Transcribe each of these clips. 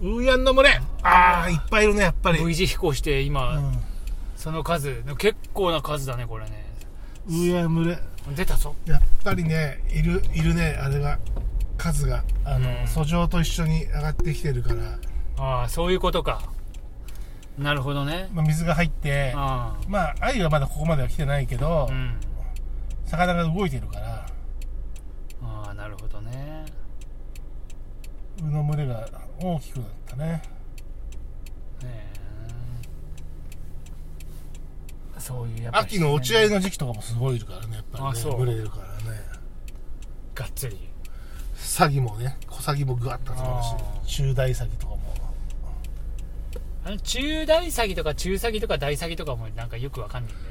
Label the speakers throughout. Speaker 1: ウーヤンの群れああいっぱいいるねやっぱり
Speaker 2: V 字飛行して今、
Speaker 1: うん
Speaker 2: その数結構な数だねこれね
Speaker 1: ウーヤン群れ
Speaker 2: 出たぞ
Speaker 1: やっぱりねいるいるねあれが数があの、
Speaker 2: うん
Speaker 1: 訴状と一緒に上がってきてるから、
Speaker 2: ああそういうことかなるほどね
Speaker 1: まあ、水が入って
Speaker 2: あ
Speaker 1: まあ鮎はまだここまでは来てないけど、
Speaker 2: あうん
Speaker 1: 魚が動いてるから
Speaker 2: ああなるほどね
Speaker 1: ウの群れが大きくなったね
Speaker 2: ねえそういうやっぱり
Speaker 1: 秋の落合の時期とかもすごいいるからねやっぱり、ね、
Speaker 2: あそう
Speaker 1: 群れてるからね
Speaker 2: がっつり
Speaker 1: サギもね小サギもグワッと集ま
Speaker 2: あ
Speaker 1: るし中大サギとかも
Speaker 2: あの中大詐欺とか中詐欺とか大詐欺とかもなんかよくわかんないんだよ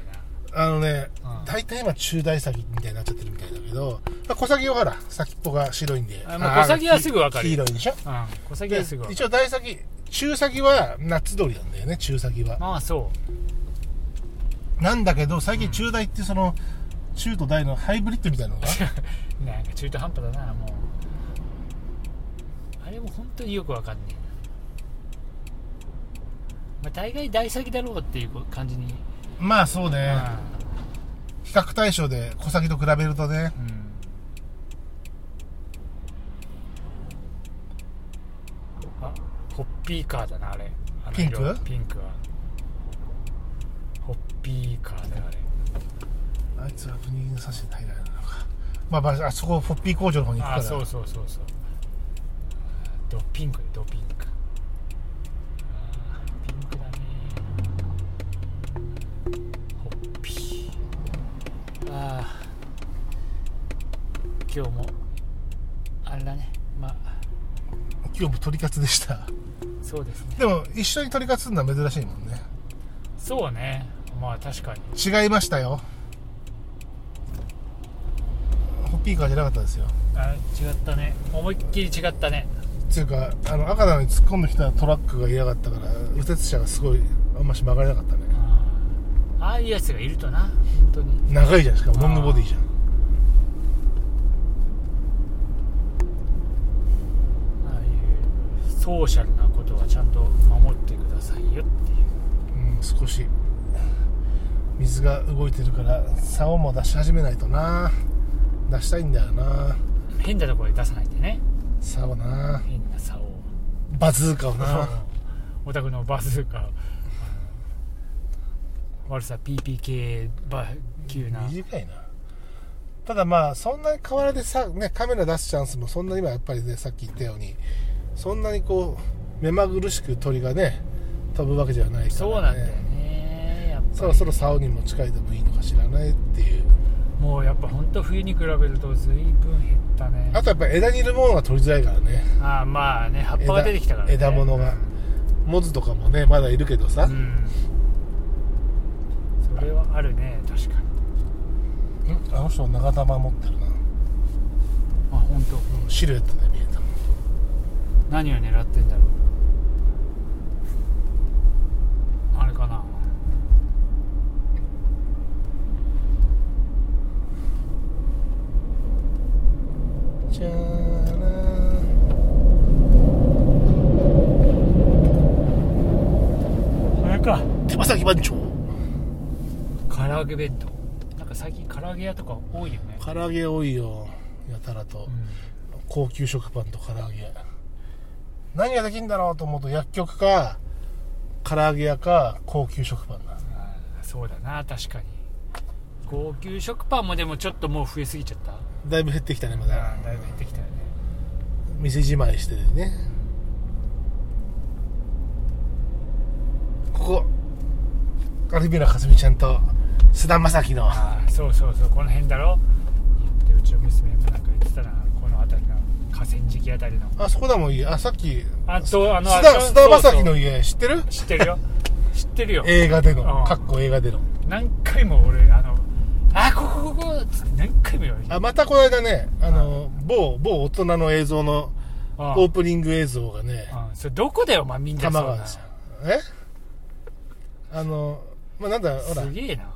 Speaker 1: あのね、
Speaker 2: うん
Speaker 1: 大体今中大サギみたいになっちゃってるみたいだけど、まあ、小サギはほら先っぽが白いんで
Speaker 2: あまあ小サギはすぐわかる
Speaker 1: 黄黄色いでしょ
Speaker 2: なうん小詐欺
Speaker 1: で
Speaker 2: はすごい
Speaker 1: 一応大サギ中サギは夏鳥なんだよね中サギは
Speaker 2: まあそ
Speaker 1: なんだけど最近中大ってその、中と大のハイブリッドみたいなのが
Speaker 2: うなんか中途半端だなもうあれも本当によくわかんねえな、まあ、大概大詐欺だろうっていう感じに、
Speaker 1: まあそうね
Speaker 2: う
Speaker 1: 比較対象で小サギと比べるとね
Speaker 2: んうんあホッピーカーだなあれあの色
Speaker 1: ピンク
Speaker 2: ピンクはホッピーカーだよあれ
Speaker 1: あいつは国の差しで入らないのかまあまああそこホッピー工場の方に行くか
Speaker 2: あ
Speaker 1: ら
Speaker 2: そうそうそうそうドピンクドピンクあーピンクだねほっぴあー今日もあれだねまあ
Speaker 1: 今日も鳥カツでした
Speaker 2: そうですね
Speaker 1: でも一緒に鳥カツするのは珍しいもんね
Speaker 2: そうねまあ確かに
Speaker 1: 違いましたよホッピーカーじゃなかったですよ
Speaker 2: あ違ったね思いっきり違ったね
Speaker 1: っていうかあの赤なのに突っ込んできたトラックが嫌がったから右折車がすごいあんまし曲がれなかったね
Speaker 2: あーああいうやつがいるとな本当に
Speaker 1: 長いじゃないですかロングボディじゃん
Speaker 2: ああいうソーシャルなことはちゃんと守ってくださいよっていう
Speaker 1: うん少し水が動いてるから竿も出し始めないとな出したいんだよな
Speaker 2: 変なところで出さないでね
Speaker 1: 竿な
Speaker 2: 変な竿を
Speaker 1: バズーカをな
Speaker 2: お宅のバズーカあの悪さ PPK バ級な
Speaker 1: 短いなただまあそんなに河原でさ、ね、カメラ出すチャンスもそんなに今やっぱりねさっき言ったようにそんなにこう目まぐるしく鳥がね飛ぶわけじゃないから、ね、
Speaker 2: そうなんだよねやっぱ
Speaker 1: そろそろ竿に持ち替えてもいいのか知らないっていう
Speaker 2: もうやっぱ本当冬に比べると随分減ったね
Speaker 1: あとやっぱ枝にいるものが取りづらいからね
Speaker 2: ああまあね葉っぱが出てきたから、ね、
Speaker 1: 枝枝物がモズとかもねまだいるけどさ、
Speaker 2: うん、うんそれはあるね確かに
Speaker 1: んあの人長玉持ってるな、
Speaker 2: あ本当
Speaker 1: うんシルエットで見えたもん
Speaker 2: 何を狙ってんだろうあれかな
Speaker 1: じゃーなー
Speaker 2: あれか
Speaker 1: 手羽先番長
Speaker 2: 唐揚げ弁当なんか最近唐揚げ屋とか多いよね、
Speaker 1: 唐揚げ多いよやたらと、
Speaker 2: う
Speaker 1: 高級食パンと唐揚げ何ができるんだろうと思うと薬局か唐揚げ屋か高級食パンだ
Speaker 2: ん、あーそうだな確かに高級食パンもでもちょっともう増えすぎちゃった
Speaker 1: だいぶ減ってきたねまだ
Speaker 2: だいぶ減ってきたよね
Speaker 1: 店じまいしてるねここ有村架純ちゃんと菅田将暉の
Speaker 2: ああそうそうそうこの辺だろでうちの娘もなんか言ってたなこの辺りの河川敷あたりの
Speaker 1: あそこだもん家あさっき
Speaker 2: あとあの
Speaker 1: 須田
Speaker 2: あ
Speaker 1: 須田将暉
Speaker 2: そう
Speaker 1: の家知ってる
Speaker 2: そう知ってるよ知ってるよ
Speaker 1: 映画での
Speaker 2: うん
Speaker 1: かっこ映画での
Speaker 2: 何回も俺あの「あここここ」っつって何回も言われて
Speaker 1: あまたこの間ねあの某某大人の映像の
Speaker 2: あ
Speaker 1: オープニング映像がね
Speaker 2: うんそれどこだよお前みんな
Speaker 1: 玉
Speaker 2: そう
Speaker 1: 川
Speaker 2: な
Speaker 1: さんえあのまあなんだほら
Speaker 2: すげえな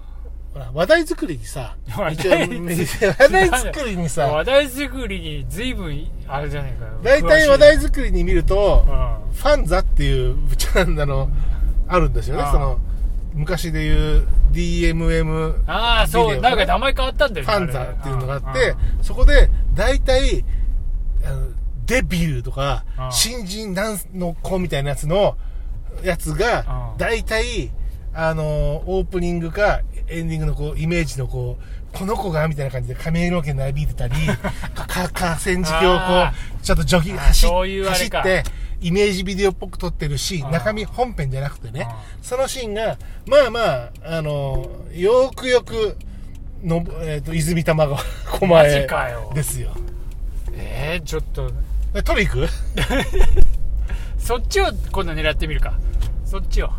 Speaker 1: ほら、話題作りにさ、
Speaker 2: 話
Speaker 1: 一応
Speaker 2: 題
Speaker 1: 話題作りにさ、
Speaker 2: 話題作りに随分あれじゃねえかよ
Speaker 1: 大体話題作りに見ると
Speaker 2: う、ん
Speaker 1: ファンザっていう部長なんだの、あるんですよね。
Speaker 2: ああ
Speaker 1: その、昔で言う DMM フ
Speaker 2: ああそう
Speaker 1: ビデオ
Speaker 2: なんか名前変わったんだよね
Speaker 1: ァン
Speaker 2: あれ
Speaker 1: ザ
Speaker 2: ね
Speaker 1: っていうのがあっ
Speaker 2: う
Speaker 1: て
Speaker 2: ん、
Speaker 1: そこで大体、あのデビューとか
Speaker 2: あ、あ
Speaker 1: 新人なんの子みたいなやつの、やつ
Speaker 2: あ
Speaker 1: が
Speaker 2: あ、
Speaker 1: 大体、あの、オープニングか、エンディングのこう、イメージのこう、この子がみたいな感じで髪の毛なびい てたり、か、か、河川敷をこ
Speaker 2: あ
Speaker 1: う、ちょっとジョギング走っ
Speaker 2: そういうあ
Speaker 1: 走
Speaker 2: れ
Speaker 1: っ
Speaker 2: か
Speaker 1: て、イメージビデオっぽく撮ってるし、
Speaker 2: ああ
Speaker 1: 中身本編じゃなくてね
Speaker 2: ああ、
Speaker 1: そのシーンが、まあまあ、あの、よくよく、のぶ、えっ、と、泉玉川、 狛
Speaker 2: マジかよ
Speaker 1: 江ですよ。
Speaker 2: えー、ちょっと
Speaker 1: え取り行く
Speaker 2: そっちを今度狙ってみるかそっちを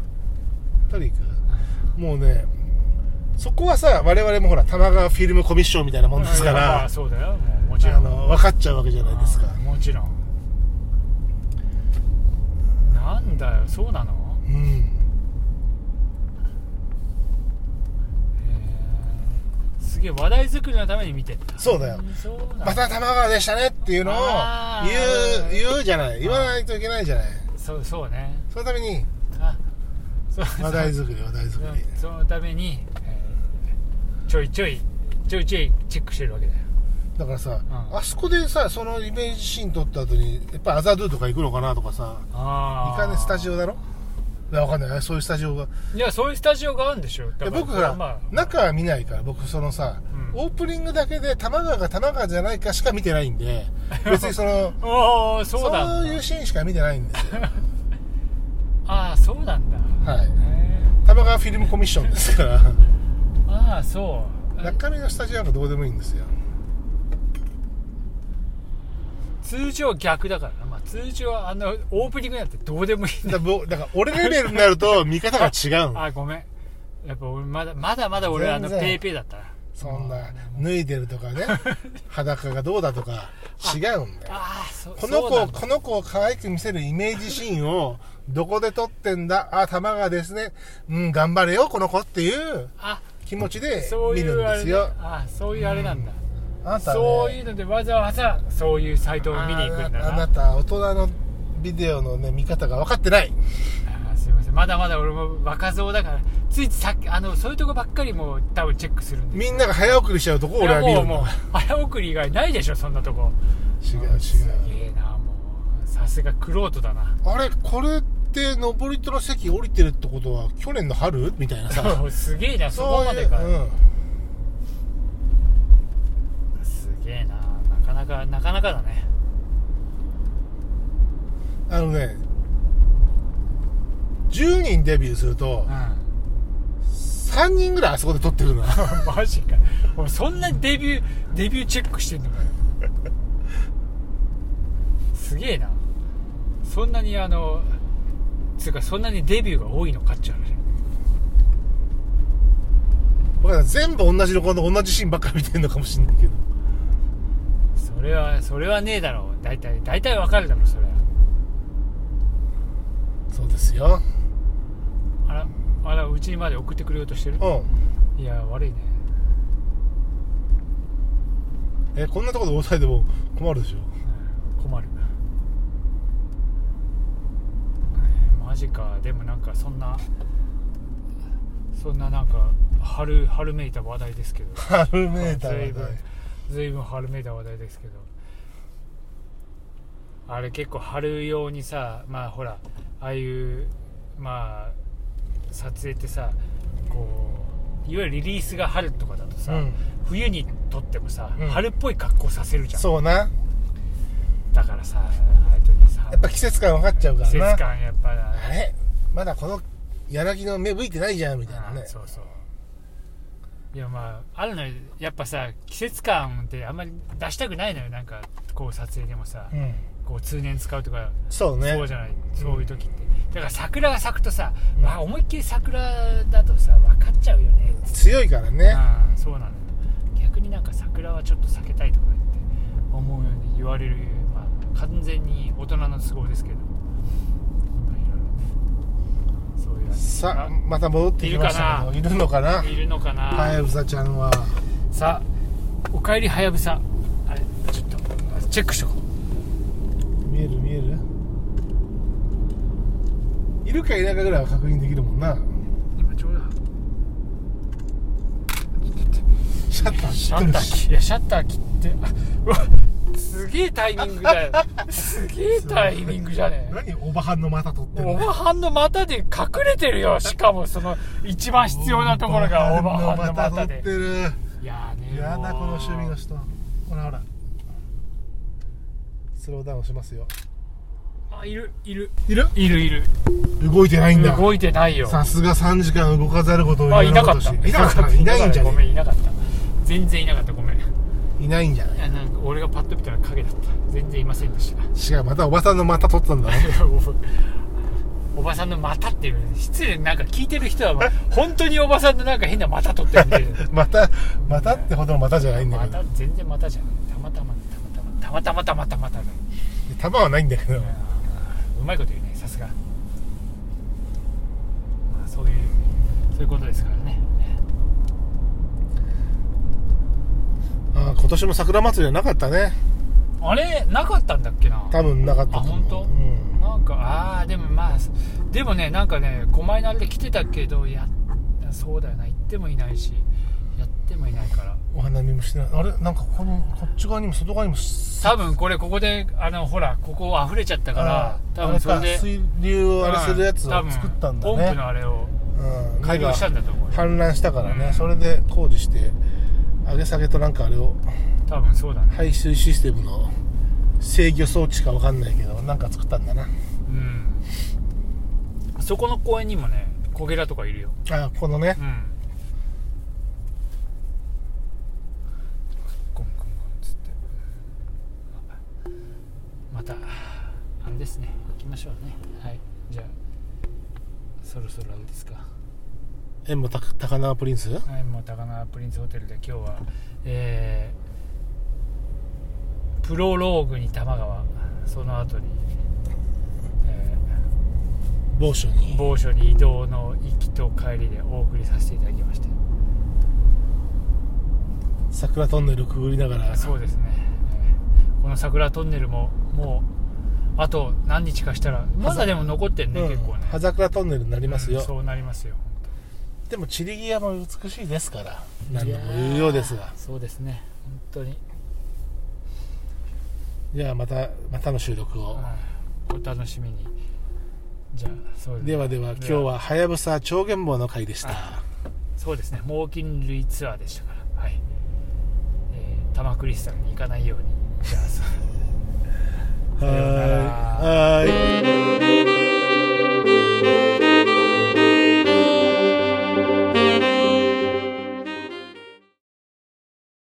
Speaker 1: 取り行くもうね、そこはさ、我々もほら、玉川フィルムコミッションみたいなもんですか
Speaker 2: まあ
Speaker 1: ら、
Speaker 2: そうだよもうもちろ
Speaker 1: あ
Speaker 2: ん
Speaker 1: の、分かっちゃうわけじゃないですか。
Speaker 2: もちろんなんだよそうなの
Speaker 1: うん。
Speaker 2: へーすげえ話題作りのために見てんだ
Speaker 1: そうだよ。
Speaker 2: そうなんだ
Speaker 1: また玉川でしたねっていうのを
Speaker 2: あー
Speaker 1: 言う、言うじゃない。言わないといけないじゃない。
Speaker 2: そうそうね
Speaker 1: そのために、
Speaker 2: あそうそう
Speaker 1: 話題作り、話題作り。
Speaker 2: そのために、えーちょいちょいちょいちょいチェックしてるわけだよ
Speaker 1: だからさ、
Speaker 2: うん
Speaker 1: あそこでさ、そのイメージシーン撮った後に、やっぱアザドゥとか行くのかなとかさ、
Speaker 2: ああ
Speaker 1: いかねスタジオだろいやわかんない。そういうスタジオが。
Speaker 2: いやそういうスタジオがあるんでしょだ
Speaker 1: い
Speaker 2: か
Speaker 1: や
Speaker 2: ら
Speaker 1: 僕
Speaker 2: それは
Speaker 1: ら、
Speaker 2: まあ
Speaker 1: 中は見ないから、僕そのさ、
Speaker 2: うん
Speaker 1: オープニングだけで玉川が玉川じゃないかしか見てない んで、別にその、
Speaker 2: おーそうだ
Speaker 1: そういうシーンしか見てないんです よ。
Speaker 2: ああそうなんだ
Speaker 1: はい。
Speaker 2: へ
Speaker 1: 玉川フィルムコミッションですから、
Speaker 2: ーああそう
Speaker 1: 中身のスタジオなんかどうでもいいんです よ。
Speaker 2: 通常逆だからな、まあ、通常はあのオープニングなんてどうでもいいん
Speaker 1: だ
Speaker 2: だ
Speaker 1: から僕だから俺レベルになると見方が違うの。
Speaker 2: あごめんやっぱ俺まだまだまだ俺はあの
Speaker 1: 全然
Speaker 2: ペイペイだったな
Speaker 1: そんな、脱いでると かね、裸がどうだとか、違うんだよ。
Speaker 2: ああそ
Speaker 1: この
Speaker 2: そう
Speaker 1: 子
Speaker 2: な
Speaker 1: を、
Speaker 2: んだ
Speaker 1: この子を可愛く見せるイメージシーンを、どこで撮ってんだあ、玉川ですね。うん、頑張れよ、この子っていう
Speaker 2: あ
Speaker 1: 気持ちで
Speaker 2: そう
Speaker 1: 見
Speaker 2: い
Speaker 1: るん
Speaker 2: うあ
Speaker 1: で
Speaker 2: れ
Speaker 1: す
Speaker 2: ね
Speaker 1: よ。
Speaker 2: あそういうあれなんだ、
Speaker 1: あなた、ね、
Speaker 2: そういうのでわざわざそういうサイトを見に行くんだな
Speaker 1: ああなた、大人のビデオのね、見方が分かってない。
Speaker 2: あーすいませんまだまだ俺も若造だからついさっきあのそういうとこばっかりもう多分チェックするんで
Speaker 1: みんなが早送りしちゃうとこ俺はい見
Speaker 2: やもう
Speaker 1: る
Speaker 2: ん
Speaker 1: だ
Speaker 2: もう早送り以外ないでしょそんなとこ
Speaker 1: 違う違う。
Speaker 2: すげえなもうさすがクロートだ な
Speaker 1: あれ、これって、登り戸の席降りてるってことは、去年の春みたいなさ。
Speaker 2: すげえな そこ
Speaker 1: そう
Speaker 2: ま
Speaker 1: い
Speaker 2: で
Speaker 1: う、
Speaker 2: か、
Speaker 1: うん。
Speaker 2: すげえななかなかなかなかだね
Speaker 1: あのね、10人デビューすると
Speaker 2: う、ん
Speaker 1: 3人ぐらいあそこで撮って るな。
Speaker 2: マジかお前そんなデビューデビューチェックしてんのかよすげえなそんなにあのつうかそんなにデビューが多いのかっちゅう話
Speaker 1: わかんない全部同じのこの同じシーンばっかり見てるのかもしれないけど。
Speaker 2: それはそれはねえだろう大体大体わかるだろそれは
Speaker 1: そうですよ。
Speaker 2: あらあらうちにまで送ってくれようとしてる
Speaker 1: うん。
Speaker 2: いや悪いね
Speaker 1: え、こんなところで押さえても困るでしょ。
Speaker 2: うん困るマジかでもなんかそんなそんななんか春春めいた話題ですけど
Speaker 1: 春めいた話題
Speaker 2: 随分随分春めいた話題ですけどあれ結構春用にさまあほらああいうまあ撮影ってさこういわゆるリリースが春とかだとさ、
Speaker 1: うん
Speaker 2: 冬に撮ってもさ、
Speaker 1: うん
Speaker 2: 春っぽい格好させるじゃん
Speaker 1: そうな。
Speaker 2: だからさああいう時さ
Speaker 1: やっぱ季節感分かっちゃうからな。
Speaker 2: 季節感やっぱな
Speaker 1: あれまだこの柳の芽吹いてないじゃん、みたいなね。
Speaker 2: そうそういやまああるのよやっぱさ季節感ってあんまり出したくないのよなんかこう撮影でもさ、
Speaker 1: うん。
Speaker 2: こう通年使うとか
Speaker 1: そうね。
Speaker 2: そうじゃないそういう時って、だから桜が咲くとさ、
Speaker 1: うん
Speaker 2: わあ思いっきり桜だとさ分かっちゃうよね
Speaker 1: 強いからね。
Speaker 2: ああそうなのよ逆になんか桜はちょっと避けたいとか言って思うように言われる、まあ、完全に大人の都合ですけどまあいろいろねそういうが
Speaker 1: さあまた戻ってきましたけどいるのかない
Speaker 2: るのかな、
Speaker 1: はやぶさちゃんは
Speaker 2: さあおかえりはやぶさあれちょっとチェックしとこ
Speaker 1: 見える見えるいるかいないかぐらいは確認できるもんな
Speaker 2: う今ちょうど
Speaker 1: シャッター
Speaker 2: シ
Speaker 1: 知
Speaker 2: ャ
Speaker 1: っ
Speaker 2: ッ
Speaker 1: てる
Speaker 2: ター
Speaker 1: し
Speaker 2: 切いやシャッター切ってあうわすげえタイミングだよすげえタイミングじゃね
Speaker 1: 何おばはんの股取って
Speaker 2: え
Speaker 1: ん
Speaker 2: オ
Speaker 1: の
Speaker 2: バハンの股で隠れてるよしかもその一番必要なところがオバハンの股
Speaker 1: おばはんの股取っ
Speaker 2: で
Speaker 1: てる
Speaker 2: いやーね
Speaker 1: やだこの趣味
Speaker 2: も
Speaker 1: の
Speaker 2: う
Speaker 1: 人ほらほらスローダウンしますよ
Speaker 2: あいるいる
Speaker 1: いる
Speaker 2: いるいる
Speaker 1: 動いてないんだ
Speaker 2: 動いてないよ
Speaker 1: さすが3時間動かざることを
Speaker 2: あ
Speaker 1: 言
Speaker 2: い
Speaker 1: わ
Speaker 2: な
Speaker 1: ぬ
Speaker 2: かっ
Speaker 1: ことしたいなかったいないんじゃ
Speaker 2: ごめ
Speaker 1: ね
Speaker 2: んいなかった全然いなかったごめんい
Speaker 1: いないんじゃね
Speaker 2: やなんか俺がパッと見たら影だった全然いませんでした
Speaker 1: 違うまたおばさんの股取ったんだろ
Speaker 2: おばさんの股っていう失礼なんか聞いてる人はもう本当におばさんのなんか変な股取ってるみたいな
Speaker 1: またまたってほどの股じゃないんだけど
Speaker 2: 股全然股じゃないたまたまたまたまたまたまたまたまたま
Speaker 1: 玉はないんだけど
Speaker 2: うまいこと言うねさすが、まあ、そういうそういうことですからね
Speaker 1: あー今年も桜祭りはなかったね
Speaker 2: あれなかったんだっけな
Speaker 1: 多分なかったと
Speaker 2: あ
Speaker 1: 思う
Speaker 2: 本当、
Speaker 1: うん
Speaker 2: なんかああでもまあでもねなんかね狛江のあれで来てたけどやそうだよな行ってもいないしやってもいないから
Speaker 1: お花見もしてないあれなんかここにこっち側にも外側にもす
Speaker 2: 多分これここであのほらここ溢れちゃったから
Speaker 1: あー
Speaker 2: 多分それ
Speaker 1: あ
Speaker 2: で
Speaker 1: か水流をあれするやつ
Speaker 2: 多
Speaker 1: を
Speaker 2: 分
Speaker 1: 作ったんだ
Speaker 2: ポンプ
Speaker 1: ね
Speaker 2: のあれを
Speaker 1: うん
Speaker 2: 改良したんだと思うよ
Speaker 1: 氾濫したからね、
Speaker 2: うん
Speaker 1: それで工事して上げ下げとなんかあれを
Speaker 2: 多分そうだね
Speaker 1: 排水システムの制御装置かわかんないけどなんか作ったんだな
Speaker 2: うんそこの公園にもねコゲラとかいるよ
Speaker 1: あこのね
Speaker 2: うんゴンゴンゴンつってまたあれですね行きましょうねはいじゃあそろそろあれですか
Speaker 1: 縁もた高輪プリンス
Speaker 2: はいもう高輪プリンスホテルで今日はえープロローグに玉川その後に、えー
Speaker 1: 某所に
Speaker 2: 某所に移動の行きと帰りでお送りさせていただきまして
Speaker 1: 桜トンネルくぐりながら
Speaker 2: そうですねえーこの桜トンネルももうあと何日かしたらまだでも残ってんね、
Speaker 1: うん
Speaker 2: 結構ね
Speaker 1: 葉桜トンネルになりますよ、
Speaker 2: うんそうなりますよ本
Speaker 1: でも散り際も美しいですから
Speaker 2: 当
Speaker 1: 何度も言うようです
Speaker 2: いや
Speaker 1: が
Speaker 2: ーそうですね本当に、
Speaker 1: じゃあまたまたの収録を、
Speaker 2: うんお楽しみにじゃあそう
Speaker 1: ではでは今日ははやぶさ超原坊の回でした
Speaker 2: そうですね猛禽類ツアーでしたからはい、えー、玉クリスタルに行かないようにじゃあそう
Speaker 1: はー
Speaker 2: さ
Speaker 1: い
Speaker 2: ようなら
Speaker 1: はーい